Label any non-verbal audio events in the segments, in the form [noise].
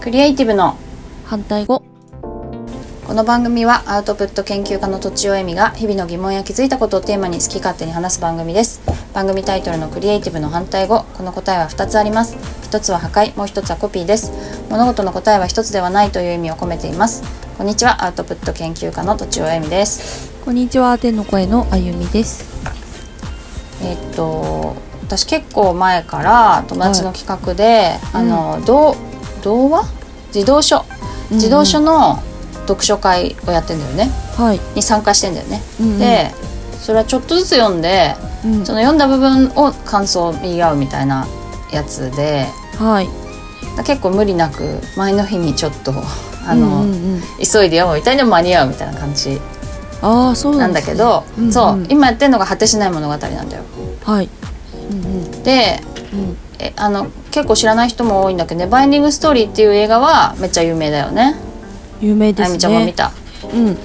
クリエイティブの反対語この番組はアウトプット研究家のとちおえみが日々の疑問や気づいたことをテーマに好き勝手に話す番組です番組タイトルのクリエイティブの反対語この答えは2つあります1つは破壊もう1つはコピーです物事の答えは1つではないという意味を込めていますこんにちはアウトプット研究家のとちおえみですこんにちは天の声のあゆみですえっと私結構前から友達の企画で、はいうんあの童童話児童書うん児童書の読書会をやってんだよね、はい、に参加してんだよね、うんうんでそれはちょっとずつ読んでうんその読んだ部分を感想を言い合うみたいなやつではい結構無理なく前の日にちょっとあの、うんうんうん急いで読むみたいにも間に合うみたいな感じああそうななんんでだすねけど、うんうんそう今やってるのが果てしない物語なんだよ。はいうんうんでうんえあの結構知らない人も多いんだけどね「バインディング・ストーリー」っていう映画はめっちゃ有名だよね。有名であすゆねみちゃんも見たうん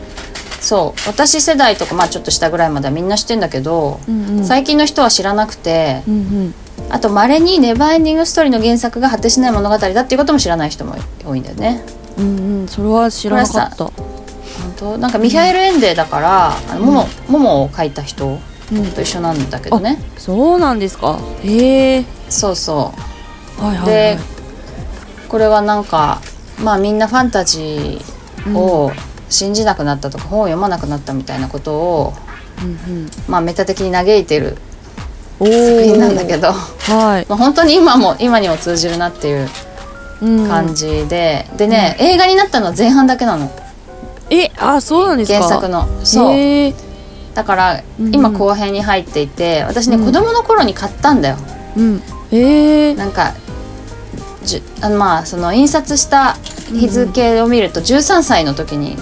そう私世代とか、まあ、ちょっと下ぐらいまではみんな知ってんだけど、うんうん最近の人は知らなくてうんうんあとまれに「ネバーエンディング・ストーリー」の原作が果てしない物語だっていうことも知らない人も多いんだよね。うんうんそれは知らなかった本当なんかミハエル・エンデだから「あのモモモモを書いた人うんと一緒なんだけどね。そうなんですかへえそうそうはいはいではこれはなんかまあみんなファンタジーを信じなくなったとか、本を読まなくなったみたいなことを、いうんうんまあ、メタ的に嘆いてるおー作品なんだけど、 [laughs] はいまあ本当に今も今にも通じるなっていううん感じで、でね、映画になったのは前半だけなのえあそうなんですか原作のそうへえだからうん今後編に入っていて私ね、うん子供の頃に買ったんだようんへえなんかじゅあのまあその印刷した日付を見ると13歳の時に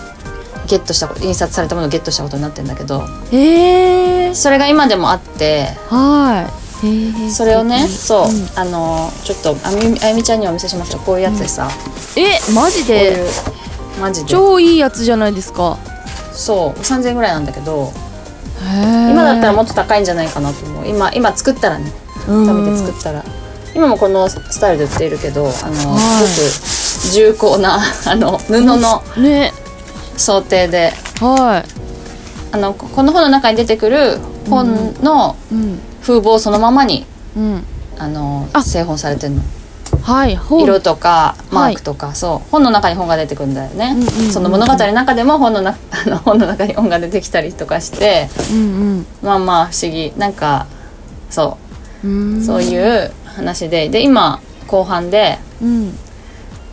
ゲットしたこと印刷されたものをゲットしたことになってんだけどへえそれが今でもあってはいへえそれをねそう、んあのちょっとあみあゆみちゃんにお見せしますよこういうやつでさ、こえマジうでいうマジで超いいやつじゃないですかそう3000円ぐらいなんだけど今今だったらもっと高いんじゃないかなと思う今今作ったらね食べて作ったら、今もこのスタイルで売っているけどあの、はいすごく重厚なあの布のたね想定ではあのここの本の中に出てくる本のいうん風貌そのままに、うんあのあ製本されてるのはい本色とかマはいークとか、そう本の中に本が出てくるんだよね、うんうんうんうんその物語の中でも本のな [laughs] あの本の中に本が出てきたりとかしてうんまあまあ不思議なんかそうんううんそういう話でで今後半でうん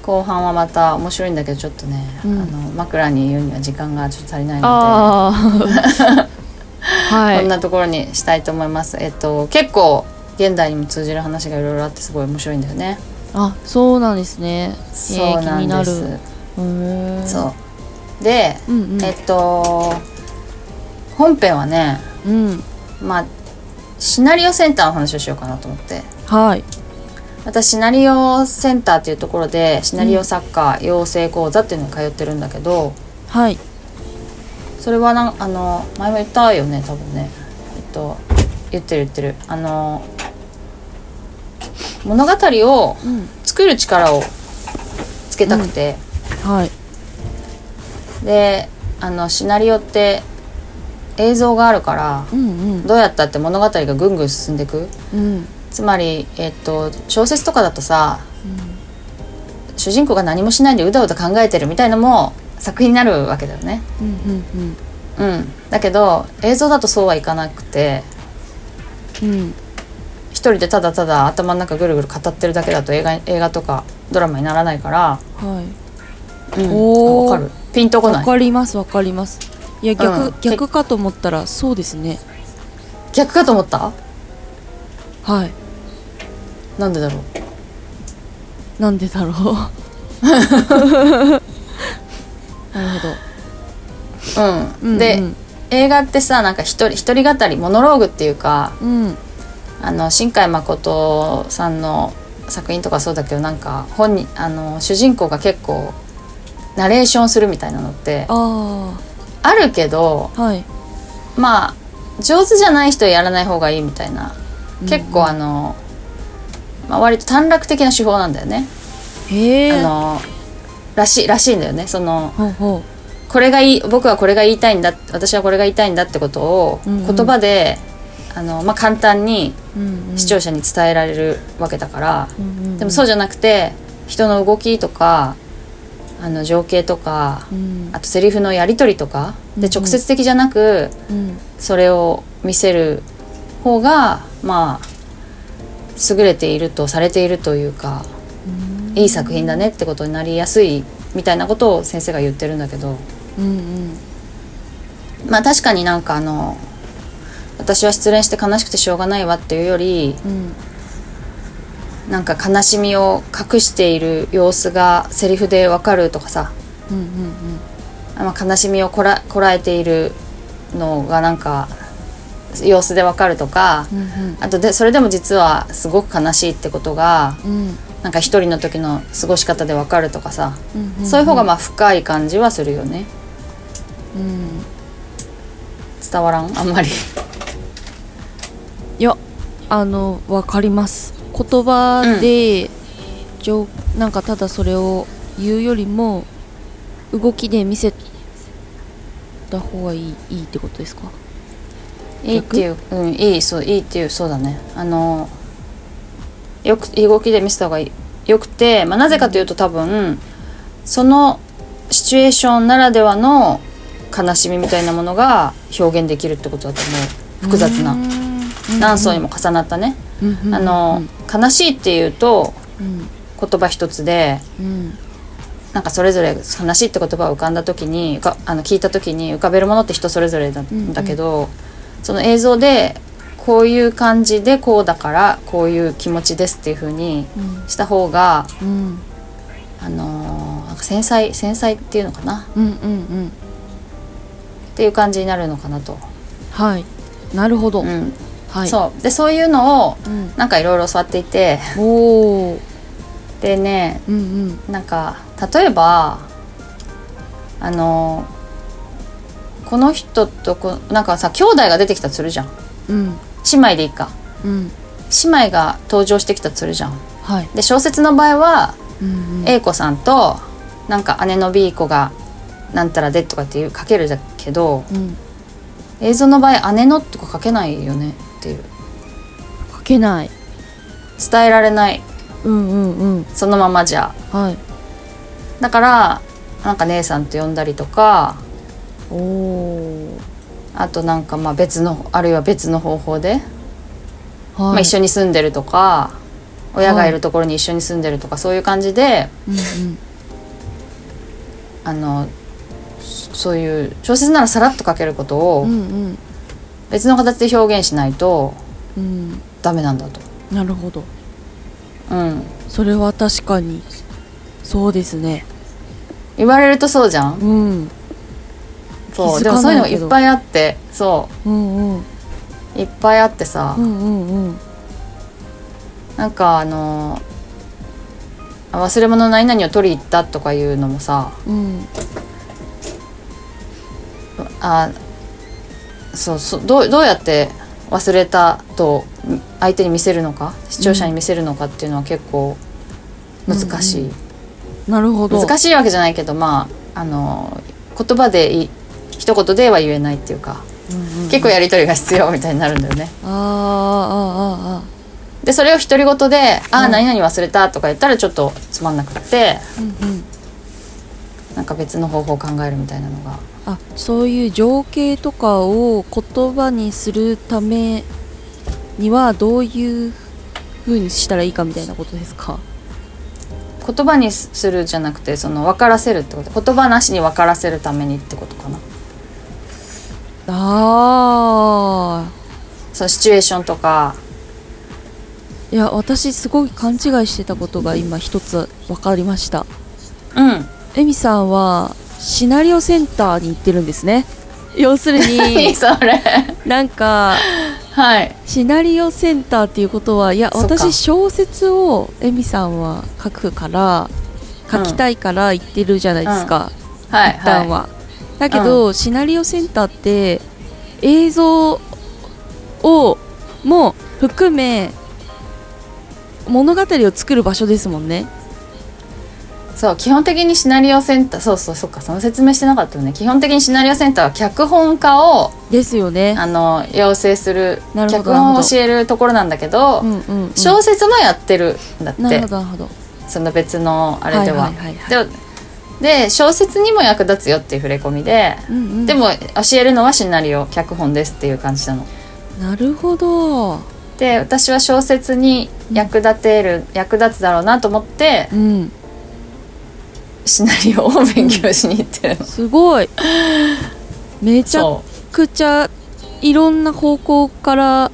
後半はまた面白いんだけどちょっとね、うんあの枕に言うには時間がちょっと足りないのああ [laughs] で、はこんいなところにしたいと思います。えっと結構現代にも通じる話がいろいろあってすごい面白いんだよね。あそうなんですねそうなんです。へえそうで、うんうんえっと本編はね、うんまあシナリオセンターの話をしようかなと思って。はい私シナリオセンターっていうところでシナリオ作家養成講座っていうのに通ってるんだけど、はいそれはなんあの前も言ったよね多分ねえっと言ってる言ってるあの物語をうん作る力をつけたくて、はいであのシナリオって映像があるからうんうんどうやったって物語がぐんぐん進んでいくうんつまり、えっと、小説とかだとさ、主人公が何もしないでうだうだ考えてるみたいのも作品になるわけだよね。うんうんうん、だけど映像だとそうはいかなくてうんうん一人でただただ頭の中ぐるぐる語ってるだけだと映画映画とかドラマにならないから、はいうんおーわかるピンとこなわいかりますわかりますいやう逆、ん逆かと思ったらそうですね逆かと思ったはいなんでだろうなんでだろうなるほどうん、うんうんで映画ってさなんか一人一人語りモノローグっていうかうんあの新海誠さんの作品とかそうだけどなんか本にあの主人公が結構ナレーションするみたいなのってああるけどあはいまあ上手じゃない人はやらない方がいいみたいな結構あの、まあ、割と短絡的な手法なんだよね。へえあのらしいらしいんだよねそのほうほこれがいい僕はこれが言いたいんだ私はこれが言いたいんだってことをうん言うん葉で、あのまあ、簡単にう、うんうん視聴者に伝えられるわけだから、うんうんうんでもそうじゃなくて人の動きとかあの情景とか、うんあとセリフのやり取りとかでうんうん直接的じゃなくうんそれを見せる方がまあ優れているとされているというかうんいい作品だねってことになりやすいみたいなことを先生が言ってるんだけどうんまあ確かになんかあの私は失恋して悲しくてしょうがないわっていうよりうんうんなんか悲しみを隠している様子がセリフでわかるとかさ、うんうんまあ、悲しみをこらこらえているのがなんか様子でわかるとか、うんうんあとでそれでも実はすごく悲しいってことがうんなんか一人の時の過ごし方でわかるとかさ、うんんそういう方がまあ深い感じはするよねうん伝わらんあんまりいやあのわかります言葉で、じょなんかただそれを言うよりも動きで見せた方がいいいいってことですかいいっていううんいいそういいっていうそうだねあのよく動きで見せた方がいいよくて、まあ、なぜかというと多分そのシチュエーションならではの悲しみみたいなものが表現できるってことだと思う複雑な何層にも重なったね、あの、悲しいっていうとうん言葉一つでうんなんかそれぞれ悲しいって言葉を浮かんだ時にがあの聞いた時に浮かべるものって人それぞれなんだけど、その映像でこういう感じでこうだからこういう気持ちですっていう風にうんした方が、うんあのーなんか繊細繊細っていうのかなうんうんうんっていう感じになるのかなと。はいなるほど、うんはいそうでそういうのをう、ん、なんかいろいろ教わっていておーでねうんうんなんか例えばあのーこの人とこなんかさ兄弟が出てきたとするじゃん。うん姉妹でいいかうん姉妹が登場してきたとするじゃんはい、で小説の場合はうんうん、 A 子さんとなんか姉の B 子がなんたらでとかっていう書けるだけどうん映像の場合姉のとか書けないよねっていう書けない伝えられないうんうんうんそのままじゃはいだからなんか姉さんと呼んだりとかおおあとなんかまあ別のあるいは別の方法で、はまあ、一緒に、に住んでるとか親がいるところに一緒に住んでるとか、そういう感じでうんうん、あのそそういう小説ならさらっと書けることを、うん別の形で表現しないとうんうんダメなんだと。なるほどうん、それは確かにそうですね言われるとそうじゃん。うんそう気でづもかそういうなのいけいどっぱいあってそうんうんういっぱいあってさ、うんうんうんなんかあのあ忘れ物の何々を取り行ったとかいうのもさうんあそうそうどうどうやって忘れたと相手に見せるのか視聴者に見せるのかっていうのは結構難しい。なるほど難ししいわけじゃないけどまああの言葉でい一言では言えないっていうかい、うんうん、結構やり取りが必要みたいになるんだよね。あーあーあーあでそれを独り言で「ああうん何々忘れた」とか言ったらちょっとつまんなくってーうんうんなんか別の方法を考えるみたいなのがあそういう情景とかを言葉にするためにはどういうふうにしたらいいかみたいなことですか言葉にするじゃなくてその分からせるってこと言葉なしに分からせるためにってことかな。ああそのシチュエーションとかいや私すごい勘違いしてたことが今一つ分かりましたうんエミさんはシナリオセンターに行ってるんですね要するいい [laughs] にそれなんかはいシナリオセンターっていうことはいやそっか私小説をエミさんは書くから書きたいから行ってるじゃないですか、はい一旦はは、だけど、シナリオセンターって映像をも含め物語を作る場所ですもんねいそう基本的にシナリオセンターそうそうそっかその説明してなかったよね基本的にシナリオセンターは脚本家をですよねあの養成するなるほど脚本を教えるところなんだけど、うんうん、うん、小説もやってるんだってなるほどなるほどその別のあれでは。いはいはいはいでで小説にも役立つよっていう触れ込みで、うんうん、でも教えるのはシナリオ脚本ですっていう感じなの。なるほどうで私は小説に役立てる、役立つだろうなと思ってんシナリオを勉強しに行ってるの。す [laughs] ごいめちゃそくちゃいろんな方向から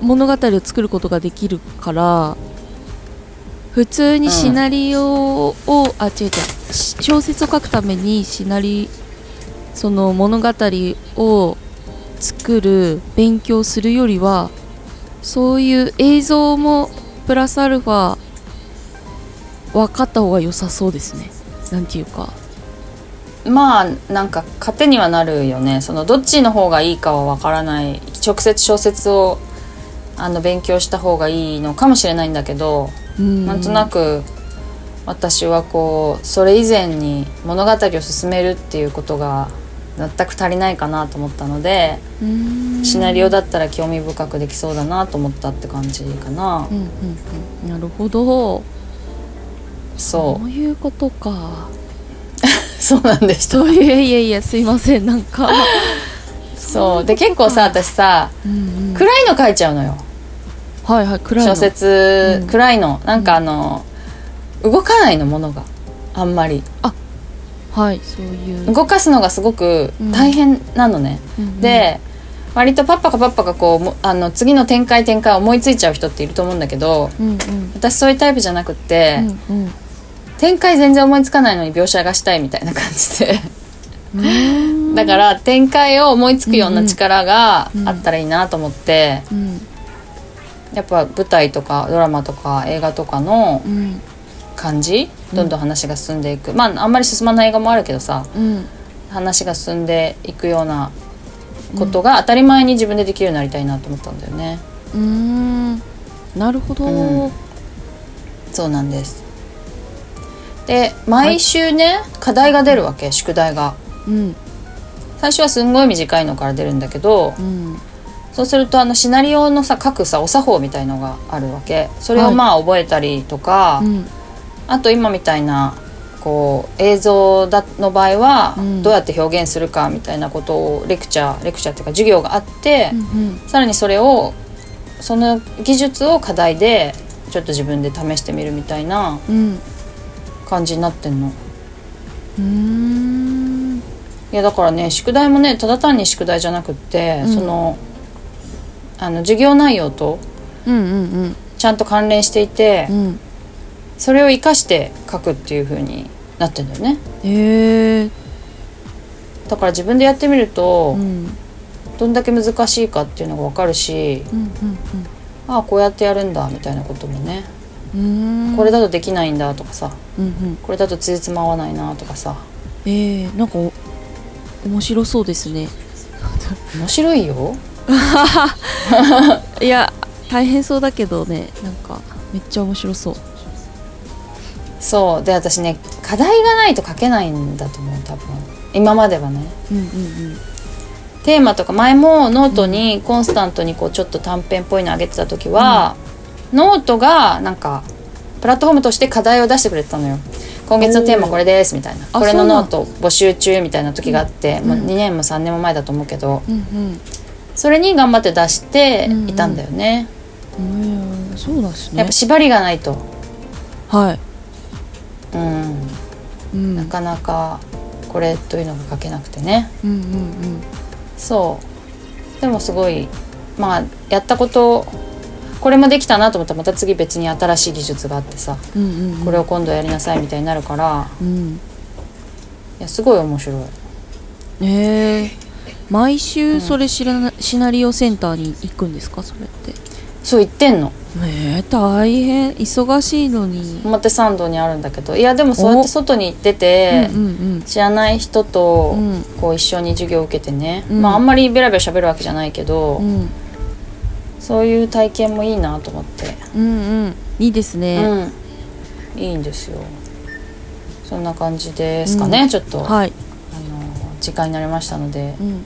物語を作ることができるから普通にシナリオを、あ違う違うし小説を書くためにシナリその物語を作る勉強するよりはそういう映像もプラスアルファ分かった方が良さそうですねなんていうかうまあなんか糧にはなるよねそのどっちの方がいいかはわからない直接小説をあの勉強した方がいいのかもしれないんだけど、ななんとなく私はこうそれ以前に物語を進めるっていうことが全く足りないかなと思ったので、シナリオだったら興味深くできそうだなと思ったって感じかなう。んうんうん、なるほどそそういうことかう、そうなんでした。そういういやいやいやすいませんなんか、そうで結構さ私さうんうん暗いの書いちゃうのよ。はいはい暗いの小説、うん暗いのなんかあの、動かないのものがあんまりはいそういう、動かすのがすごく大変なのね。うんうん、で割とパッパカパッパカこうもあの次の展開展開思いついちゃう人っていると思うんだけどうんうん私そういうタイプじゃなくて、うん展開全然思いつかないのに描写がしたいみたいな感じでうんだから展開を思いつくような力があったらいいなと思って、うんやっぱ舞台とかドラマとか映画とかのうん感じどんどん話が進んでいく、まああんまり進まない映画もあるけどさうん話が進んでいくようなことが当たり前に自分でできるようになりたいなと思ったんだよね。うーんなるほど、うんそうなんですで毎週ね、課題が出るわけ宿題がうん最初はすんごい短いのから出るんだけどうんそうするとあのシナリオのさ書くさお作法みたいのがあるわけそれをまあ覚えたりとか、うんあと今みたいなこう映像だの場合はうんどうやって表現するかみたいなことをレクチャーレクチャーっていうか授業があってう、んさらにそれをその技術を課題でちょっと自分で試してみるみたいなうん感じになってんの。うんうーんいやだからね宿題もねただ単に宿題じゃなくって、うんそのあの授業内容とうんうんちゃんと関連していて、うんうんそれを生かして書くっていう風になってんだよねへえだから自分でやってみるとう、んどんだけ難しいかっていうのが分かるしうんああこうやってやるんだみたいなこともね、うんうんうーんこれだとできないんだとかさうんうんこれだとつじつま合わないなとかさえー、なんかお面白そうですね面白いよいや大変そうだけどねなんかめっちゃ面白そうそうで私ね課題がないと書けないんだと思う多分今まではねうんうんテーマとか前もノートにコンスタントにこうちょっと短編っぽいのあげてた時は、ノートがなんかプラットフォームとして課題を出してくれてたのよ今月のテーマこれですみたいなあこれのそうなノんート募集中みたいな時があって、もう2年も3年も前だと思うけどうんそれに頑張って出していたんだよね、うんうんそうなんですやっねぱ縛りがないと、はい、うん、うん、なかなかこれというのが書けなくてねうんうんそうでもすごいまあやったことこれもできたなと思ったらまた次別に新しい技術があってさうんうんうんこれを今度やりなさいみたいになるからうんいやすごい面白いへえ毎週それシナシナリオセンターに行くんですかそれってそう言ってんのえー、大変忙しいのに、表参道にあるんだけどいやでもそうやって外に出てうんうん知らない人うとんこう一緒に授業を受けてね、うんまああんまりベラベラ喋るわけじゃないけど、うんうんそういう体験もいいなと思って、うんうんいいですね、うんいいんですよそんな感じですかね、うんちょっと、はい、あの時間になりましたのでう、ん、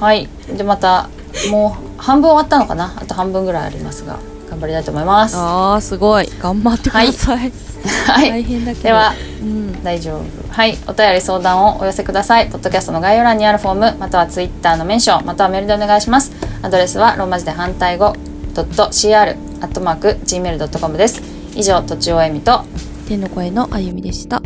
はいでまたもう半分終わったのかなあと半分ぐらいありますが頑張りたいと思いますはあーすごい頑張ってください、い、大変だけどで [laughs] はうん、大丈夫はいお便り相談をお寄せくださいポッドキャストの概要欄にあるフォームまたはツイッターのメンションまたはメールでお願いしますアドレスはローマ字で反対語 .cr アットマーク gmail.com です以上とちおえみと天の声のあゆみでした